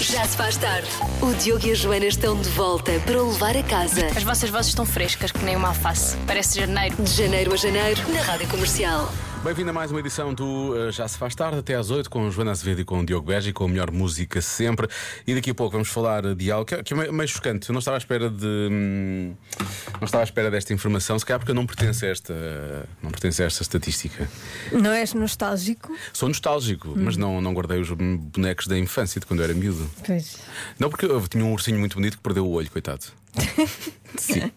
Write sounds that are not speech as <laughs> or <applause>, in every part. Já se faz tarde. O Diogo e a Joana estão de volta para o levar a casa. As vossas vozes estão frescas, que nem uma alface. Parece janeiro. De janeiro a janeiro, na Rádio Comercial. Bem-vindo a mais uma edição do eh, Já se faz tarde, até às 8, com Joana Azevedo e com o Diogo Beja e com a melhor música sempre. E daqui a pouco vamos falar de algo que é, que é meio, meio chocante. Eu não estava à espera de. hum, Não estava à espera desta informação, se calhar porque eu não pertenço a esta. Não pertenço a esta estatística. Não és nostálgico? Hum. Sou nostálgico, mas não, não guardei os bonecos da infância de quando eu era miúdo. Pois. Não, porque eu tinha um ursinho muito bonito que perdeu o olho, <laughs> coitado. Sim.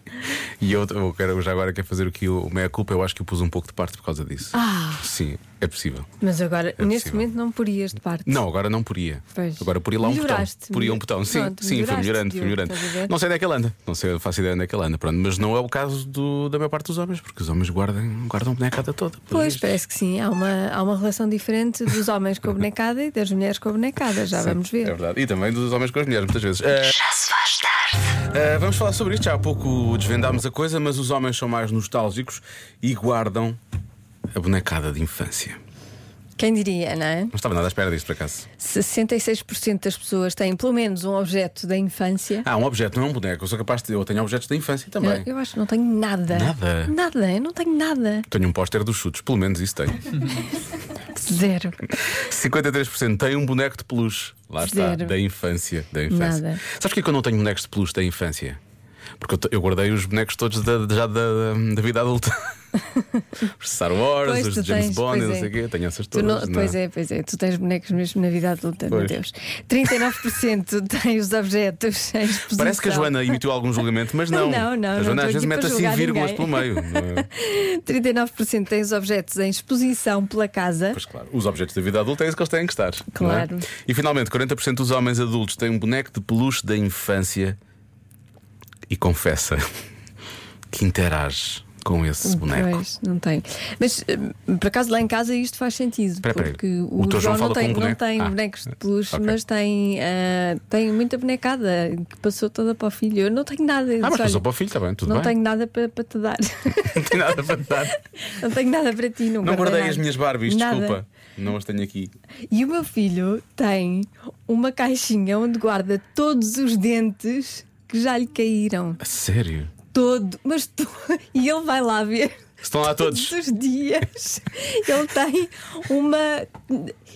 E eu, eu quero, eu já agora quero fazer aqui o meia culpa, eu acho que o pus um pouco de parte por causa disso. Ah. Sim, é possível. Mas agora, É neste possível. momento, não porias de parte. Não, agora não poria. Pois. Agora poria lá um Melhoraste. botão. Poria um botão, sim, Pronto, sim, foi melhoraste, melhorando, foi Diogo, melhorando. estás a ver? Não sei onde é que ele anda, não sei, eu faço ideia onde é que ele anda, pronto. Mas não é o caso do- da maior parte dos homens, porque os homens guardam, guardam a bonecada toda. Pois, parece que sim. Há uma, há uma relação diferente dos homens com a bonecada e das mulheres com a bonecada. Já Sim, vamos ver. É verdade. E também dos homens com as mulheres, muitas vezes. Eh, Já se faz tarde. Uh, vamos falar sobre isto. Já há pouco desvendámos a coisa, mas os homens são mais nostálgicos e guardam a bonecada de infância. Quem diria, não é? Não estava nada à espera disto, por acaso. 66% das pessoas têm pelo menos um objeto da infância. Ah, um objeto, não é um boneco. Eu sou capaz de. Eu tenho objetos da infância também. Eu, eu acho que não tenho nada. Ah, Nada? Nada, eu não tenho nada. Tenho um póster dos chutes, pelo menos isso tenho. Zero. 53% tem um boneco de peluche. Lá está, Zero. da infância. Da infância. Nada. Sabes porquê que eu não tenho bonecos de peluche da infância? Porque eu, te- eu guardei os bonecos todos da, já da, da vida <laughs> adulta. Os Star Wars, Pois, os tu de James tens, Bond, pois eu não é. sei o quê, eu tenho essas Tu todas. não- não. pois é, pois é, tu tens bonecos mesmo na vida adulta, meu Pois. Deus. 39% têm os objetos em exposição. Parece que a Joana emitiu algum julgamento, mas não. então. <laughs> Não, não, A não Joana estou às vezes aqui mete para assim julgar vírgulas ninguém. pelo meio. não é? <laughs> 39% têm os objetos em exposição pela casa. Pois claro, os objetos da vida adulta é isso que eles têm que estar. não é? Claro. E finalmente, 40% dos homens adultos têm um boneco de peluche da infância e confessa <laughs> que interage com esse boneco. Pois, não tem. Mas eh, por acaso lá em casa isto faz sentido. Espera, espera. porque O teu João não fala com tem, um não boneco? tem Ah. bonecos de peluche, Ok. mas tem, ah, tem muita bonecada que passou toda para o filho. Eu não tenho nada. Eu Ah, mas disse, passou olha, para o filho, está bem, tudo não bem. tenho nada para, para te dar. <laughs> Não tenho nada para te dar. <laughs> não tenho nada para ti. Não, Não guardei nada. as minhas Barbies, Nada. desculpa. Não as tenho aqui. E o meu filho tem uma caixinha onde guarda todos os dentes que já lhe caíram. A sério? Todo, mas to- <laughs> e ele vai lá ver. Estão lá todos. todos os dias. Ele tem uma.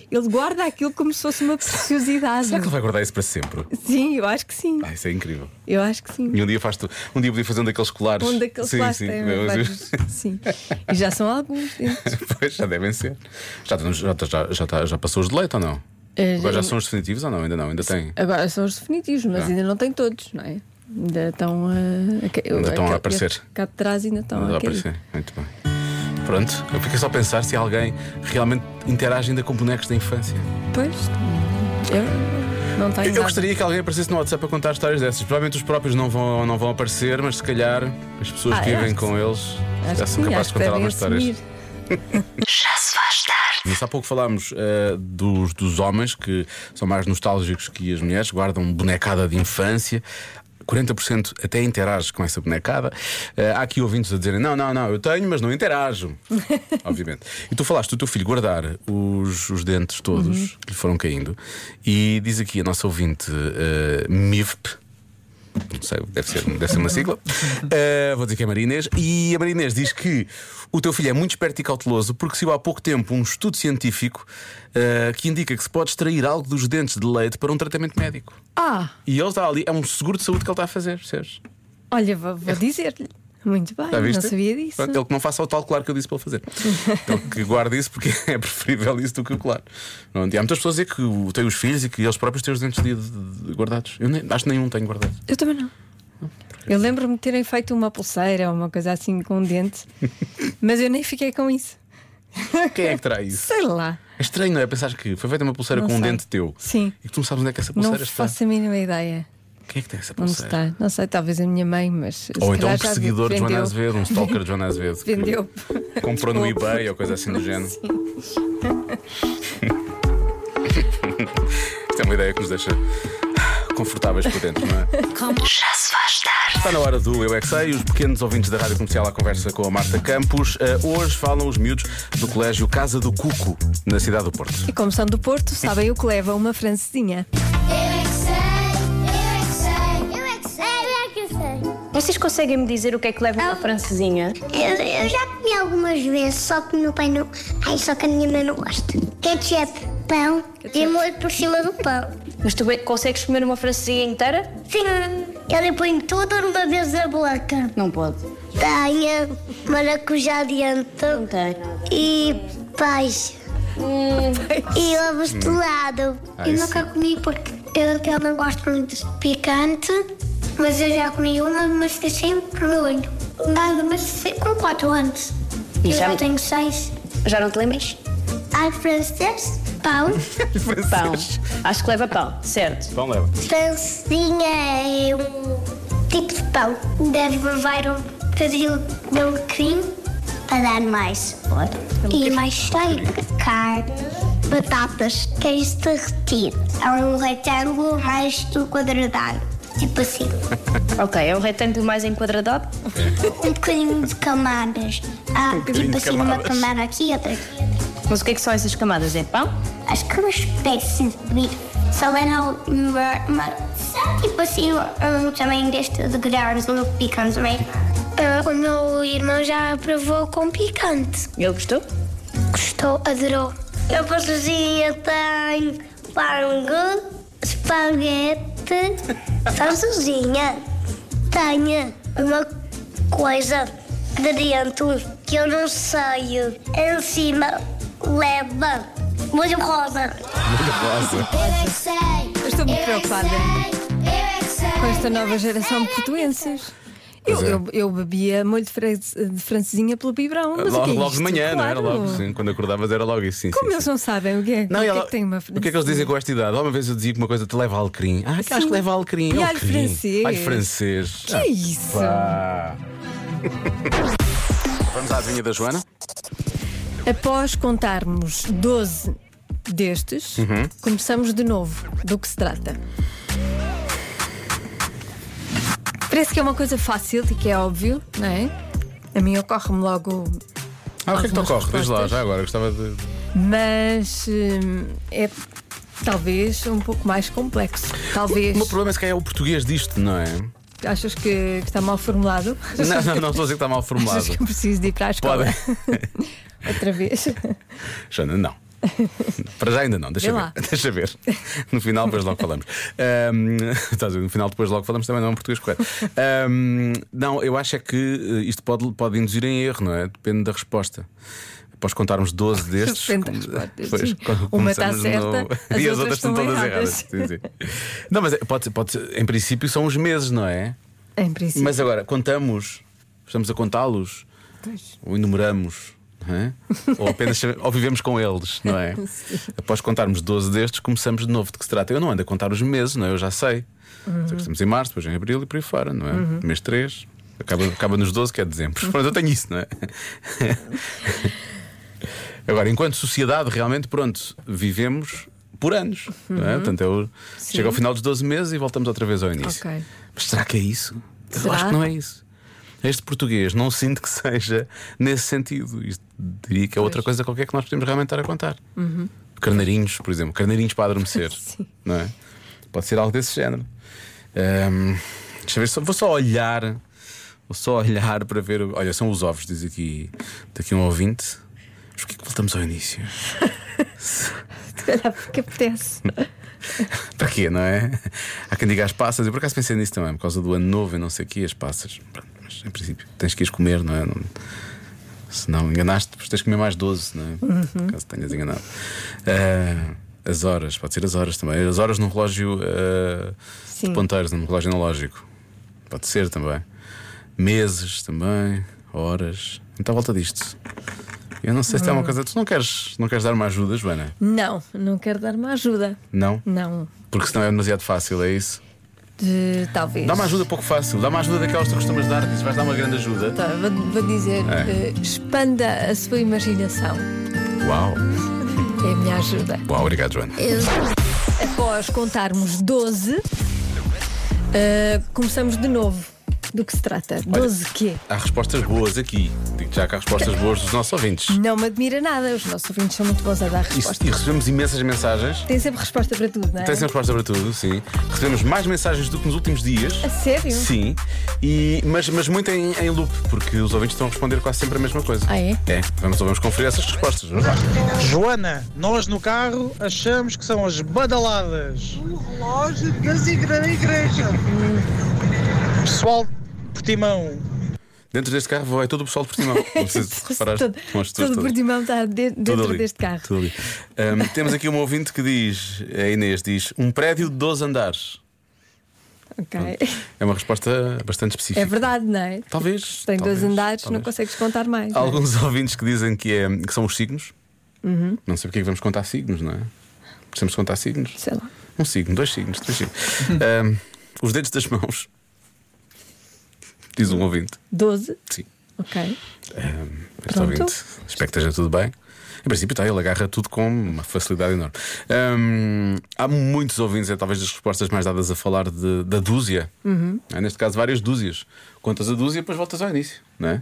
Ele guarda aquilo como se fosse uma preciosidade. Será que ele vai guardar isso para sempre? Sim, eu acho que sim. Ah, isso é incrível. Eu acho que sim. E um dia faz tu- um dia podia fazer um daqueles colares. Um daqueles sim, lá sim. tem Eu- vários- <laughs> Sim. E já são alguns dentes. <laughs> Pois, já devem ser. Já, temos- já, já, já, tá- já passou os de leite ou não? É, Agora já- já são os definitivos ou não? Ainda não, ainda tem. Agora são os definitivos, mas Ah. ainda não tem todos, não é? Ainda estão eh, a. a ca- Ainda estão a ca- aparecer. Cá de trás ainda estão Ainda a vai cair. aparecer. Muito bem. Pronto, eu fiquei só a pensar se alguém realmente interage ainda com bonecos da infância. Pois. Eu não tenho. Eu, nada. gostaria que alguém aparecesse no WhatsApp para contar histórias dessas. Provavelmente os próprios não vão, não vão aparecer, mas se calhar as pessoas Ah, que eu vivem acho que com eles Acho já que são sim, capazes acho de que contar devem algumas histórias. assumir. Já se faz tarde. Mas há pouco falámos eh, dos, dos homens que são mais nostálgicos que as mulheres, guardam bonecada de infância. 40% até interage com essa bonecada. Eh, há aqui ouvintes a dizerem: não, não, não, eu tenho, mas não interajo. Obviamente. E tu falaste do teu filho guardar os, os dentes todos que lhe foram caindo. E diz aqui a nossa ouvinte eh, MIVP. Não sei, deve ser, deve ser uma <laughs> sigla. Uh, vou dizer que é Marinês. E a Marinês diz que o teu filho é muito esperto e cauteloso porque saiu há pouco tempo um estudo científico uh, que indica que se pode extrair algo dos dentes de leite para um tratamento médico. Ah, E ele está ali, é um seguro de saúde que ele está a fazer, percebes? olha, <laughs> vou, vou dizer-lhe. Muito bem, Já não viste? sabia disso. Pronto, ele que não faça o tal colar que eu disse para ele <laughs> fazer. ele que guarde isso porque <laughs> é preferível isso do que o colar. Pronto, e há muitas pessoas a dizer que o- têm os filhos e que eles próprios têm os dentes de- de- de- guardados. Eu nem- acho que nenhum tenho guardado. Eu também não. Eu lembro-me de terem feito uma pulseira ou uma coisa assim com <laughs> um dente, mas eu nem fiquei com isso. Quem é que terá isso? Sei lá. É estranho, não é? Pensar que foi feita uma pulseira Não com um sei. dente teu Sim. e que tu não sabes onde é que essa Não pulseira está. faço a mínima ideia Quem é que tem essa onde pulseira? está. Não sei, talvez a minha mãe, mas. se Ou então calhar um já perseguidor de Joana vendeu. Azevedo, um stalker de Joana Azevedo. que Vendeu. Comprou <laughs> no eBay ou coisa assim do género. Isto é uma ideia que nos deixa confortáveis por dentro, não é? Já se faz tarde. Está na hora do Eu é Que Sei, os pequenos ouvintes da Rádio Comercial à conversa com a Marta Campos. Eh, hoje falam os miúdos do Colégio Casa do Cuco, na cidade do Porto. E como são do Porto, sabem o que leva uma francesinha. Eu é que sei, Vocês conseguem me dizer o que é que leva uma francesinha? Eu, eu já comi algumas vezes, só que o meu pai não. Ai, só que a minha mãe não gosta. Ketchup, pão e molho por cima do pão. Mas tu be- consegues comer uma francesinha inteira? Sim, ele põe tudo numa vez na boca. Não pode. Tenha maracujá Não dentro tem. e peixe. E ovo estourado. Ai, Eu sim. nunca comi porque eu, eu não gosto muito de picante, mas eu já comi uma, mas deixei vermelho. Nada, mas sei- com 4 anos. E eu já- já tenho 6. Já não te lembras? Ai, francês, pão, Pão. Acho que leva pão, certo. Pão leva. francesinha é um tipo de pão. Deve levar um bocadinho de um creme para dar mais sabor. É um tipo E mais cheiro. Carne, batatas, queijo derretido. É um retângulo mais do quadrado. Tipo assim, Ok, é um retângulo mais enquadradado. um bocadinho de camadas. Ah, Um bocadinho tipo de assim, uma camadas. camada aqui, outra aqui. Mas o que é que são essas camadas? É pão? Acho que é uma espécie de bife. Só é era uma, uma. Tipo assim, um tamanho deste de grãos, um picante também. Ah, O meu irmão já provou com picante. Ele gostou? Gostou, adorou. Eu francesinha tenho pango, espaguete, francesinha. Tenho uma coisa de dentro que eu não sei. Em cima leva molho rosa. Rosa. Eu é que sei. Eu estou muito eu é que preocupada. sei, é com esta nova geração de portuenses. Eu, Pois é. eu, eu bebia molho de, fran- de francesinha pelo biberão. Mas o Logo, que é logo isto? de manhã, não era? Claro. Logo, sim. Quando acordavas era logo isso, sim. Como sim, eles sim. não sabem o que é, o que, é ela- que tem uma O que é que eles dizem com esta idade? Há Uma vez eu dizia que uma coisa te leva a alecrim. Ah, que acho que leva a alecrim. E É o alho alecrim. francês. Alho francês. Que é isso? Pá. <laughs> Vamos à adivinha da Joana? Após contarmos 12 destes, Uhum. começamos de novo. Do que se trata? Parece que é uma coisa fácil e que é óbvio, não é? A mim ocorre-me logo. Ah, o que é que te algumas ocorre? Diz lá, respostas. já agora. Gostava de. Mas hum, é talvez um pouco mais complexo. Talvez. O meu problema é se calhar é o português disto, não é? Achas que, que está mal formulado? Não, não, não estou a dizer que está mal formulado. Achas que eu preciso de ir para a escola? <laughs> Outra vez. Joana, <laughs> não. Para já ainda não, deixa Vê ver. <laughs> lá. Deixa ver. No final, depois logo falamos. Ahm, <laughs> estás a ver, no final, depois logo falamos também, não é um português correto. Ahm, não, eu acho é que eh, isto pode, pode induzir em erro, não é? Depende da resposta. Após contarmos <laughs> 12 destes. Depende da com- resposta, pois, <laughs> sim. com- Uma começamos está de certa, novo. <laughs> as e as outras outras estão todas erradas. erradas. Sim, sim. Não, mas é- pode, ser- pode ser- em princípio são os meses, não é? Em princípio. Mas agora, contamos, estamos a contá-los Pois. ou enumeramos, não é? ou apenas cham- ou vivemos com eles, não <laughs> é? Após contarmos 12 destes, começamos de novo de que se trata. Eu não ando a contar os meses, não é? Eu já sei. Uhum. Só que estamos em março, depois em abril e por aí fora, não é? Mês 3. Acaba, acaba nos 12, que é <laughs> dezembro. Pronto, eu tenho isso, não é? <laughs> Agora, enquanto sociedade, realmente, pronto, vivemos por anos, não Uhum. é? Portanto, eu chego ao final dos 12 meses e voltamos outra vez ao início. Ok. Mas será que é isso? Eu Será? acho que não é isso. Este português não sinto que <laughs> seja nesse sentido. Isto diria que é outra coisa qualquer que nós podemos realmente estar a contar. Carnarinhos, por exemplo, carnarinhos para adormecer. Uhum. <laughs> Sim. Não é? Pode ser algo desse género. Ahm, deixa eu ver, só- vou só olhar. Vou só olhar para ver. Olha, são os ovos, diz aqui, daqui um ouvinte. Mas porquê que voltamos ao início? Se calhar porque apetece. Para quê, não é? Há quem diga as passas, eu por acaso pensei nisso também, por causa do ano novo e não sei o quê, as passas. Pronto, mas em princípio tens que as comer, não é? Não- Se não enganaste, depois tens que comer mais 12, não é? Caso tenhas enganado. Ah, as horas, pode ser as horas também. As horas num relógio ah, de Sim. ponteiros, num relógio analógico. Pode ser também. Meses também, horas. Então à volta disto. Eu não sei se é uma coisa. Tu não queres, não queres dar uma ajuda, Joana? Não, não quero dar uma ajuda. Não? Não. Porque senão é demasiado fácil, é isso? De- talvez. Dá uma ajuda é pouco fácil, dá uma ajuda daquelas que tu costumas dar, dizes, vais dar uma grande ajuda. Tá, vou, vou dizer, É. eh, expanda a sua imaginação. Uau! É a minha ajuda. Uau, obrigado, Joana. Após contarmos 12, eh, começamos de novo. do que se trata. 12 quê? Há respostas boas aqui. Digo já que há respostas boas dos nossos ouvintes. Não me admira nada, os nossos ouvintes são muito bons a dar E, resposta. e recebemos imensas mensagens. Tem sempre resposta para tudo, não é? Tem <laughs> sempre resposta para tudo, sim. Recebemos mais mensagens do que nos últimos dias. A sério? Sim, e, mas, mas muito em, em loop, porque os ouvintes estão a responder quase sempre a mesma coisa. Ah, é? Uhum. É, vamos, vamos conferir essas respostas. Vamos lá. Joana, nós no carro achamos que são as badaladas. O relógio das igre- da igreja. Pessoal de Portimão, Dentro deste carro vai todo o pessoal de <laughs> Portimão. Não sei se reparaste, Todo, com as pessoas todo todas. Portimão está de- dentro Tudo ali, deste carro. tudo ali. <laughs> Ahm, temos aqui um ouvinte que diz, a Inês diz, um prédio de 12 andares. Ok. É uma resposta bastante específica. É verdade, não é? Talvez. Tem talvez, dois andares, não talvez. consegues contar mais. Há não é? alguns ouvintes que dizem que, é, que são os signos. Uhum. Não sei porque é que vamos contar signos, não é? Precisamos contar signos. Sei lá. Um signo, dois signos, três <laughs> signos. Ahm, os dedos das mãos. Diz um ouvinte. 12. Sim. Ok. Ahm, este Pronto. É, ouvinte. Espero que esteja tudo bem. Em princípio está, ele agarra tudo com uma facilidade enorme. Ahm, há muitos ouvintes, é talvez das respostas mais dadas a falar de- da dúzia. Uhum. É, neste caso, várias dúzias. Contas a dúzia e depois voltas ao início, não é?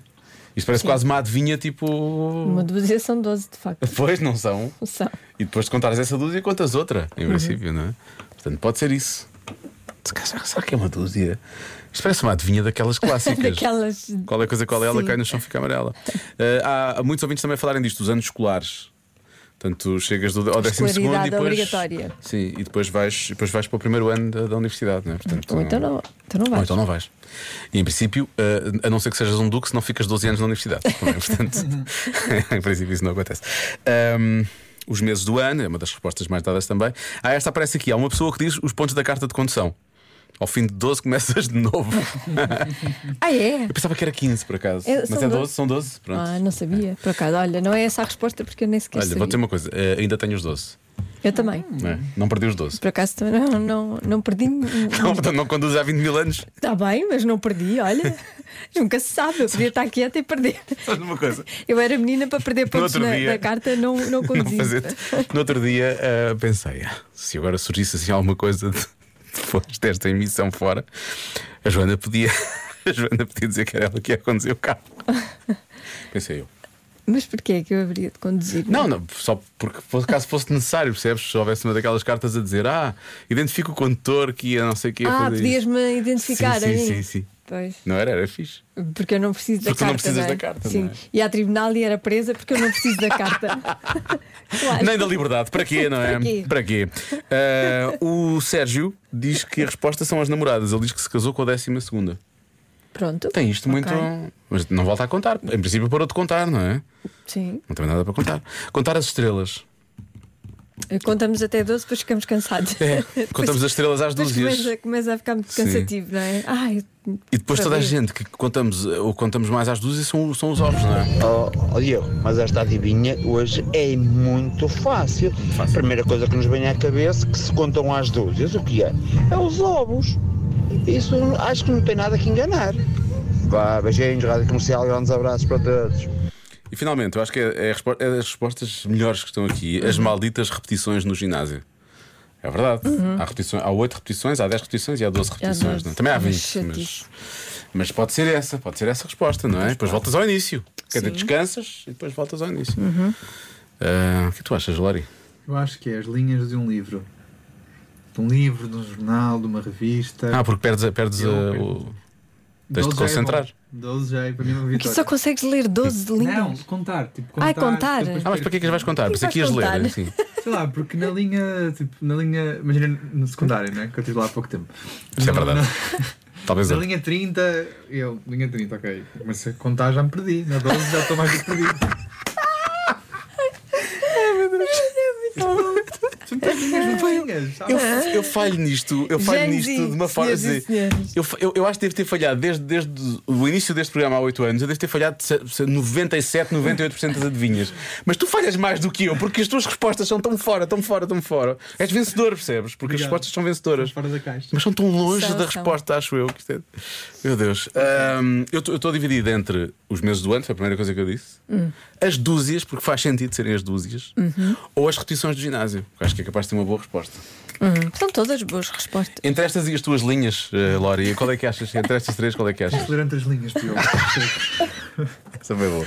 Isto parece quase uma adivinha tipo. Uma dúzia são 12, de facto. Pois não são. São. E depois de contares essa dúzia, contas outra, Uhum. em princípio, não é? Portanto, pode ser isso. Se calhar, Será será que é uma dúzia? Isto parece uma adivinha <laughs> daquelas clássicas. Daquelas. Qual é a coisa, qual é ela, Sim. cai no chão, fica <laughs> amarela. Eh, há, há muitos ouvintes também a falarem disto, dos anos escolares. Portanto, chegas do, ao décimo segundo e Escolaridade depois, obrigatória. Sim, e depois vais, depois vais para o primeiro ano da, da universidade, não é? Portanto, Ou então não, então não ou vais. então não vais. E em princípio, eh, a não ser que sejas um duque, se não ficas 12 anos na universidade. Também, portanto, <laughs> em princípio, isso não acontece. Ahm, os meses do ano, é uma das respostas mais dadas também. Ah, esta aparece aqui. Há uma pessoa que diz os pontos da carta de condução. Ao fim de 12 começas de novo. Ah, é? Eu pensava que era 15, por acaso. É, Mas são é 12, 12? são 12. Pronto. Ah, não sabia. Por acaso, olha, não é essa a resposta porque eu nem sequer Olha, sabia. vou ter uma coisa. eh, ainda tenho os 12. Eu também. Não, é? Não perdi os 12. Por acaso também não, não, <laughs> não perdi. Então, Não, portanto, não conduz há 20 mil anos. <laughs> Está bem, mas não perdi, olha. <laughs> Nunca se sabe, eu podia estar quieta e perder. Sabes uma coisa? Eu era menina para perder pontos outro na, dia. na carta, não, não Não conduzia. fazer- No outro dia ah, pensei, ah, se agora surgisse assim alguma coisa de- depois desta emissão fora, a Joana podia, <laughs> a Joana podia dizer que era ela que ia conduzir o <laughs> carro. Pensei eu. Mas porquê é que eu haveria de conduzir? Não, não, só porque fosse- caso fosse necessário, percebes? Se houvesse uma daquelas cartas a dizer, ah, identifica o condutor que ia não sei o que ia Ah, fazer. isto." podias-me identificar sim, a sim, mim. sim, sim. Pois. Não era, era fixe. Porque eu não preciso da Porque tu não carta. precisas é? da carta, Sim. não é? E à tribunal e era presa porque eu não preciso da carta. <laughs> claro. Nem da liberdade, para quê, não é? Para quê? Para quê? Ah, o Sérgio diz que a resposta são as namoradas. Ele diz que se casou com a décima segunda. Pronto. Tem isto muito. Ok. Mas não volta a contar. Em princípio, parou de contar, não é? Sim. Não tem nada para contar. Contar as estrelas. Contamos até 12, depois ficamos cansados. É, Depois- Contamos as estrelas às <laughs> depois dúzias. Começa, começa a ficar muito Sim. cansativo, não é? Ai, E depois para toda a ver. gente que contamos ou contamos mais às dúzias são, são os ovos, não é? Oh, oh Diogo, mas esta adivinha hoje é muito fácil. A primeira coisa que nos vem à cabeça que se contam às dúzias, o que é? É os ovos. Isso acho que não tem nada que enganar. Vá, beijinhos, Rádio Comercial, grandes abraços para todos. E finalmente, eu acho que é, é a respo- é das respostas melhores que estão aqui. As malditas repetições no ginásio. É verdade. Há, repetições, há 8 repetições, há 10 repetições e há 12 repetições. 12. não é? Também há Ai, 20. Mas, chatice. mas pode ser essa, pode ser essa a resposta, não é? Depois voltas ao início. Quer dizer, Sim. descansas e depois voltas ao início. Ah, o que tu achas, Lori? Eu acho que é as linhas de um livro. De um livro, de um jornal, de uma revista. Ah, porque perdes, a- perdes a- o. tens de Doze já é concentrar. bom. Doze já é para mim uma vitória. que só consegues ler 12 de Não, línguas. contar. Tipo, contar Ai, contar. depois Ah, mas para que é que as vais contar? Pensei que ias vais ler. contar? Sim. Sei lá, porque na linha, tipo, na linha, imagina no secundário, né? Que eu tive lá há pouco tempo. Isso é Na- <laughs> verdade. é. Talvez Na, na eu. linha 30, eu, linha 30, ok. Mas se contar já me perdi. Na 12 já estou mais do que perdido. Tu tens linhas bonitinhas, sabe? Eu, eu falho nisto, eu falho Gen Z, nisto de uma forma. senhoras e quer dizer, senhores. eu, fa- eu, eu acho que devo ter falhado desde, desde o início deste programa há 8 anos, eu devo ter falhado se- se- 97, 98% das adivinhas. Mas tu falhas mais do que eu, porque as tuas respostas são tão fora, tão fora, tão fora. És vencedor, percebes? Porque as Obrigado. respostas são vencedoras. Fora da caixa. Mas são tão longe São, da são. resposta, acho eu. que isto é- Meu Deus. Ahm, eu estou dividido entre os meses do ano, foi a primeira coisa que eu disse, Hum. as Uhum. dúzias, porque faz sentido serem as dúzias, ou as repetições do ginásio, porque acho que é capaz de ter uma boa resposta. São todas boas respostas. Entre estas e as tuas linhas, eh, Lori, qual é que achas? Entre estas três, qual é que <laughs> achas? Ler entre as linhas, Diogo. Essa foi boa.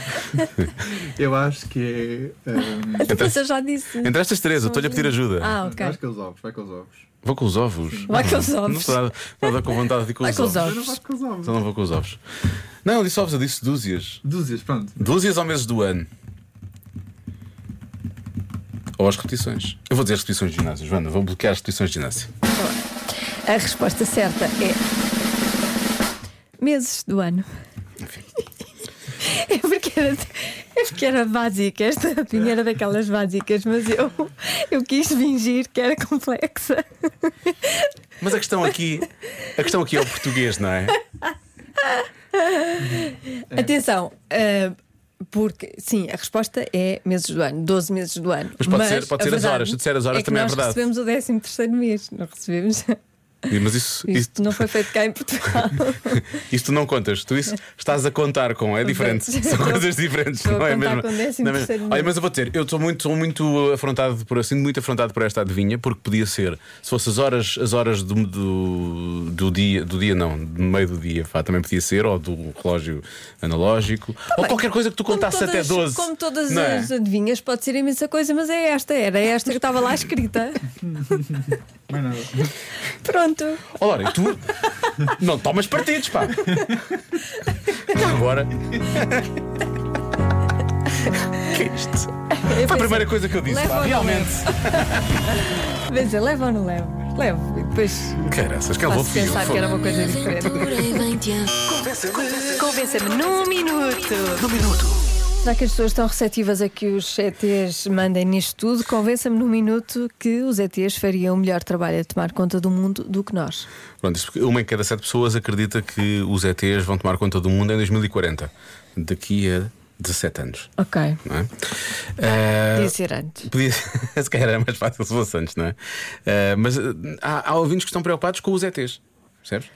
Eu acho que é. hum, Entre, Mas eu já disse. entre estas três, eu estou-lhe a pedir ajuda. Ah, ok. Acho que é os ovos, vai com os ovos. Vou com os ovos. Vai com os Não ovos. estou nada, nada com vontade de ir com Vai os com os ovos. Eu não ovos. faço com os ovos. Então não vou com os ovos. Não, eu disse ovos, eu disse dúzias. Dúzias, pronto. Dúzias ao mês do ano. Ou às repetições. Eu vou dizer as repetições de ginásio, Joana, vou bloquear as repetições de ginásio. A resposta certa é. Meses do ano. Enfim. <laughs> É porque era, é porque era básica, esta opinião era daquelas básicas, mas eu, eu quis fingir que era complexa. Mas a questão aqui, a questão aqui é o português, não <laughs> é? Atenção, ah, porque sim, a resposta é meses do ano, 12 meses do ano. Mas pode ser- pode a ser as verdade horas, se disser as horas é que também é nós verdade. recebemos o 13 terceiro mês, não <laughs> recebemos. Mas isso, isso, Isto não foi feito cá em Portugal. <laughs> isso tu não contas, tu isso estás a contar com, é diferente. São coisas diferentes, Estou a não é contar mesmo? com décimo Não é mesmo? terceiro Olha, mês. mas eu vou dizer, eu estou muito, sou muito afrontado por assim, muito afrontado por esta adivinha, porque podia ser, se fosse as horas, as horas do, do, do dia, do dia não, do meio do dia, pá, também podia ser, ou do relógio analógico, ou qualquer coisa que tu contasse Tá Como até todas- 12. Como todas não é? as adivinhas, pode ser imensa coisa, mas é esta, era esta que estava lá <laughs> escrita. Mais nada. Pronto. Ora, e tu não tomas partidos, pá. Então Agora. que é isto? Eu Foi a pensei, primeira coisa que eu disse, Leva ou pá. não Realmente. <laughs> Veja, levo ou não levo? Levo. E depois Caraças, que posso pensar que era uma coisa diferente. Convença-me num minuto. Será que as pessoas estão receptivas a que os ETs mandem nisto tudo? Convença-me num minuto que os ETs fariam o melhor trabalho a tomar conta do mundo do que nós. Pronto, isso porque uma em cada sete pessoas acredita que os ETs vão tomar conta do mundo em 2040. Daqui a 17 anos, Ok, não é? Ah, podia ser antes. Podia, <laughs> se calhar era mais fácil se fosse antes, não é? Ah, mas ah, há, há ouvintes que estão preocupados com os ETs, percebes?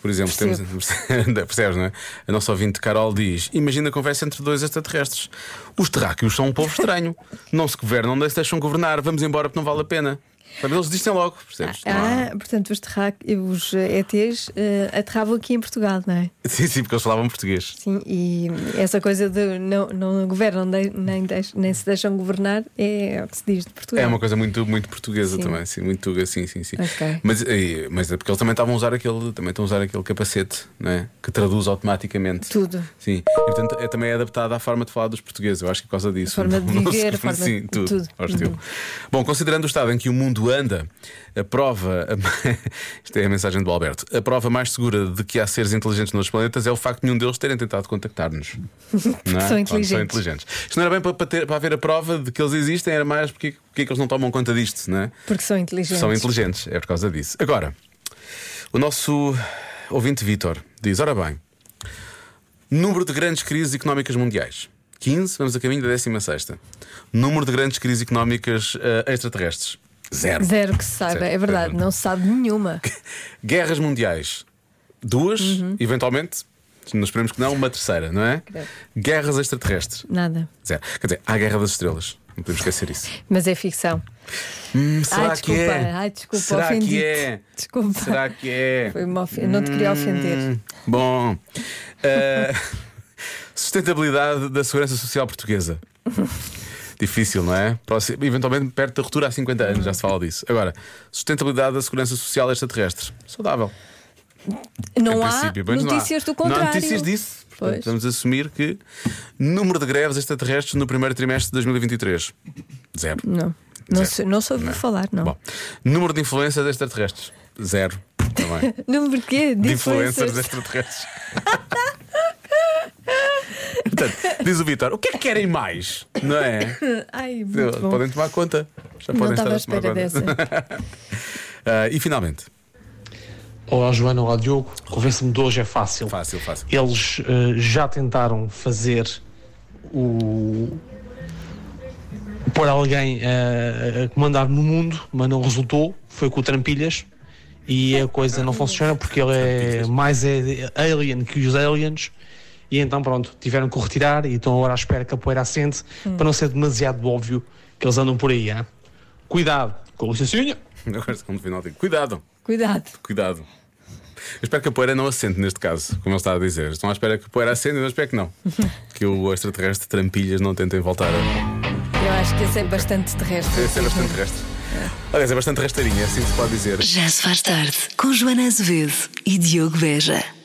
Por exemplo, temos, <laughs> percebes, não é? A nossa ouvinte Carol diz: Imagina a conversa entre dois extraterrestres. Os terráqueos são um povo estranho. Não se governam, não se deixam governar. Vamos embora porque não vale a pena. Sabe, Eles dizem logo, percebes? Não há- Ah, portanto, os, terra... os ETs eh, aterravam aqui em Portugal, não é? <laughs> Sim, sim, porque eles falavam português. Sim, e essa coisa de não, não governam de- nem, deix- nem se deixam governar é o que se diz de Portugal. É uma coisa muito, muito portuguesa Sim. também, sim, muito tuga, sim, sim, sim. Ok. Mas, eh, mas é porque eles também estavam a usar aquele, também estão a usar aquele capacete, não é? Que traduz automaticamente. Tudo. Sim. E, portanto, é, também é adaptada à forma de falar dos portugueses, eu acho que é por causa disso. forma de Não se- viver, a forma sim, de- tudo. tudo. Uhum. Hostil. Bom, considerando o estado em que o mundo anda, a prova. <laughs> Isto é a mensagem do Alberto. A prova mais segura de que há seres inteligentes nos planetas é o facto de nenhum deles terem tentado <laughs> contactar-nos. Não é? são Pronto, inteligentes. inteligentes. Isto não era bem para, para, ter, para haver a prova de que eles existem, era mais porque, porque é que eles não tomam conta disto, não é? Porque são inteligentes. São inteligentes, é por causa disso. Agora, o nosso ouvinte Vítor diz: Ora bem, número de grandes crises económicas mundiais. 15, vamos a caminho da 16. Número de grandes crises económicas eh, extraterrestres. Zero. Zero que se saiba, Zero. é verdade, Zero. não se <laughs> sabe nenhuma. Guerras mundiais. Duas, eventualmente. Nós esperemos que não, uma terceira, não é? Uhum. Credo. Guerras extraterrestres. Nada. Zero. Quer dizer, há a Guerra das Estrelas. Não podemos esquecer isso. Mas é ficção. Hum, será que desculpa, é? ai, desculpa, será ofendi-te. que é? Desculpa. Será que é? <laughs> Foi uma ofen- não te queria ofender. Hum, Bom. Eh, <laughs> sustentabilidade da Segurança Social Portuguesa. Difícil, não é? Próximo- eventualmente perto da ruptura há 50 anos, já se fala disso. Agora, sustentabilidade da Segurança Social extraterrestre. Saudável. Não é? Em há princípio, mas não há. notícias do Não contrário. há notícias disso. Portanto, Pois. vamos assumir que número de greves extraterrestres no primeiro trimestre de 2023. Zero. Não, não, Zero. se, não soube falar, não. Bom, número de influências extraterrestres. Zero. Tá Também. Número quê? de De influencers influencers. extraterrestres. <laughs> Portanto, diz o Vitor, o que é que querem mais? Não é? Ai, muito bom. Podem tomar conta. Já Não podem estava à estar a tomar espera dessa. conta. Ah, e finalmente, Olá Joana, olá Diogo. Convença-me de hoje é fácil. fácil, fácil. Eles eh, já tentaram fazer o. pôr alguém eh, a, comandar no mundo, mas não resultou. Foi com o Trampilhas e a coisa não funciona porque ele é mais é alien que os aliens. E então, pronto, tiveram que o retirar e estão agora à espera que a poeira assente para não ser demasiado óbvio que eles andam por aí. hã? Cuidado, com licencinha. Agora só no final digo, cuidado, Cuidado. cuidado. Eu espero que a poeira não assente neste caso, como ele está a dizer. Estão à espera que a poeira acenda, mas espero que <laughs> não. Que o extraterrestre trampilhas não tentem voltar a Eu acho que esse é bastante terrestre. a ser é bastante terrestre. Aliás, é bastante rasteirinha, assim se pode dizer. Já se faz tarde com Joana Azevedo e Diogo Veja.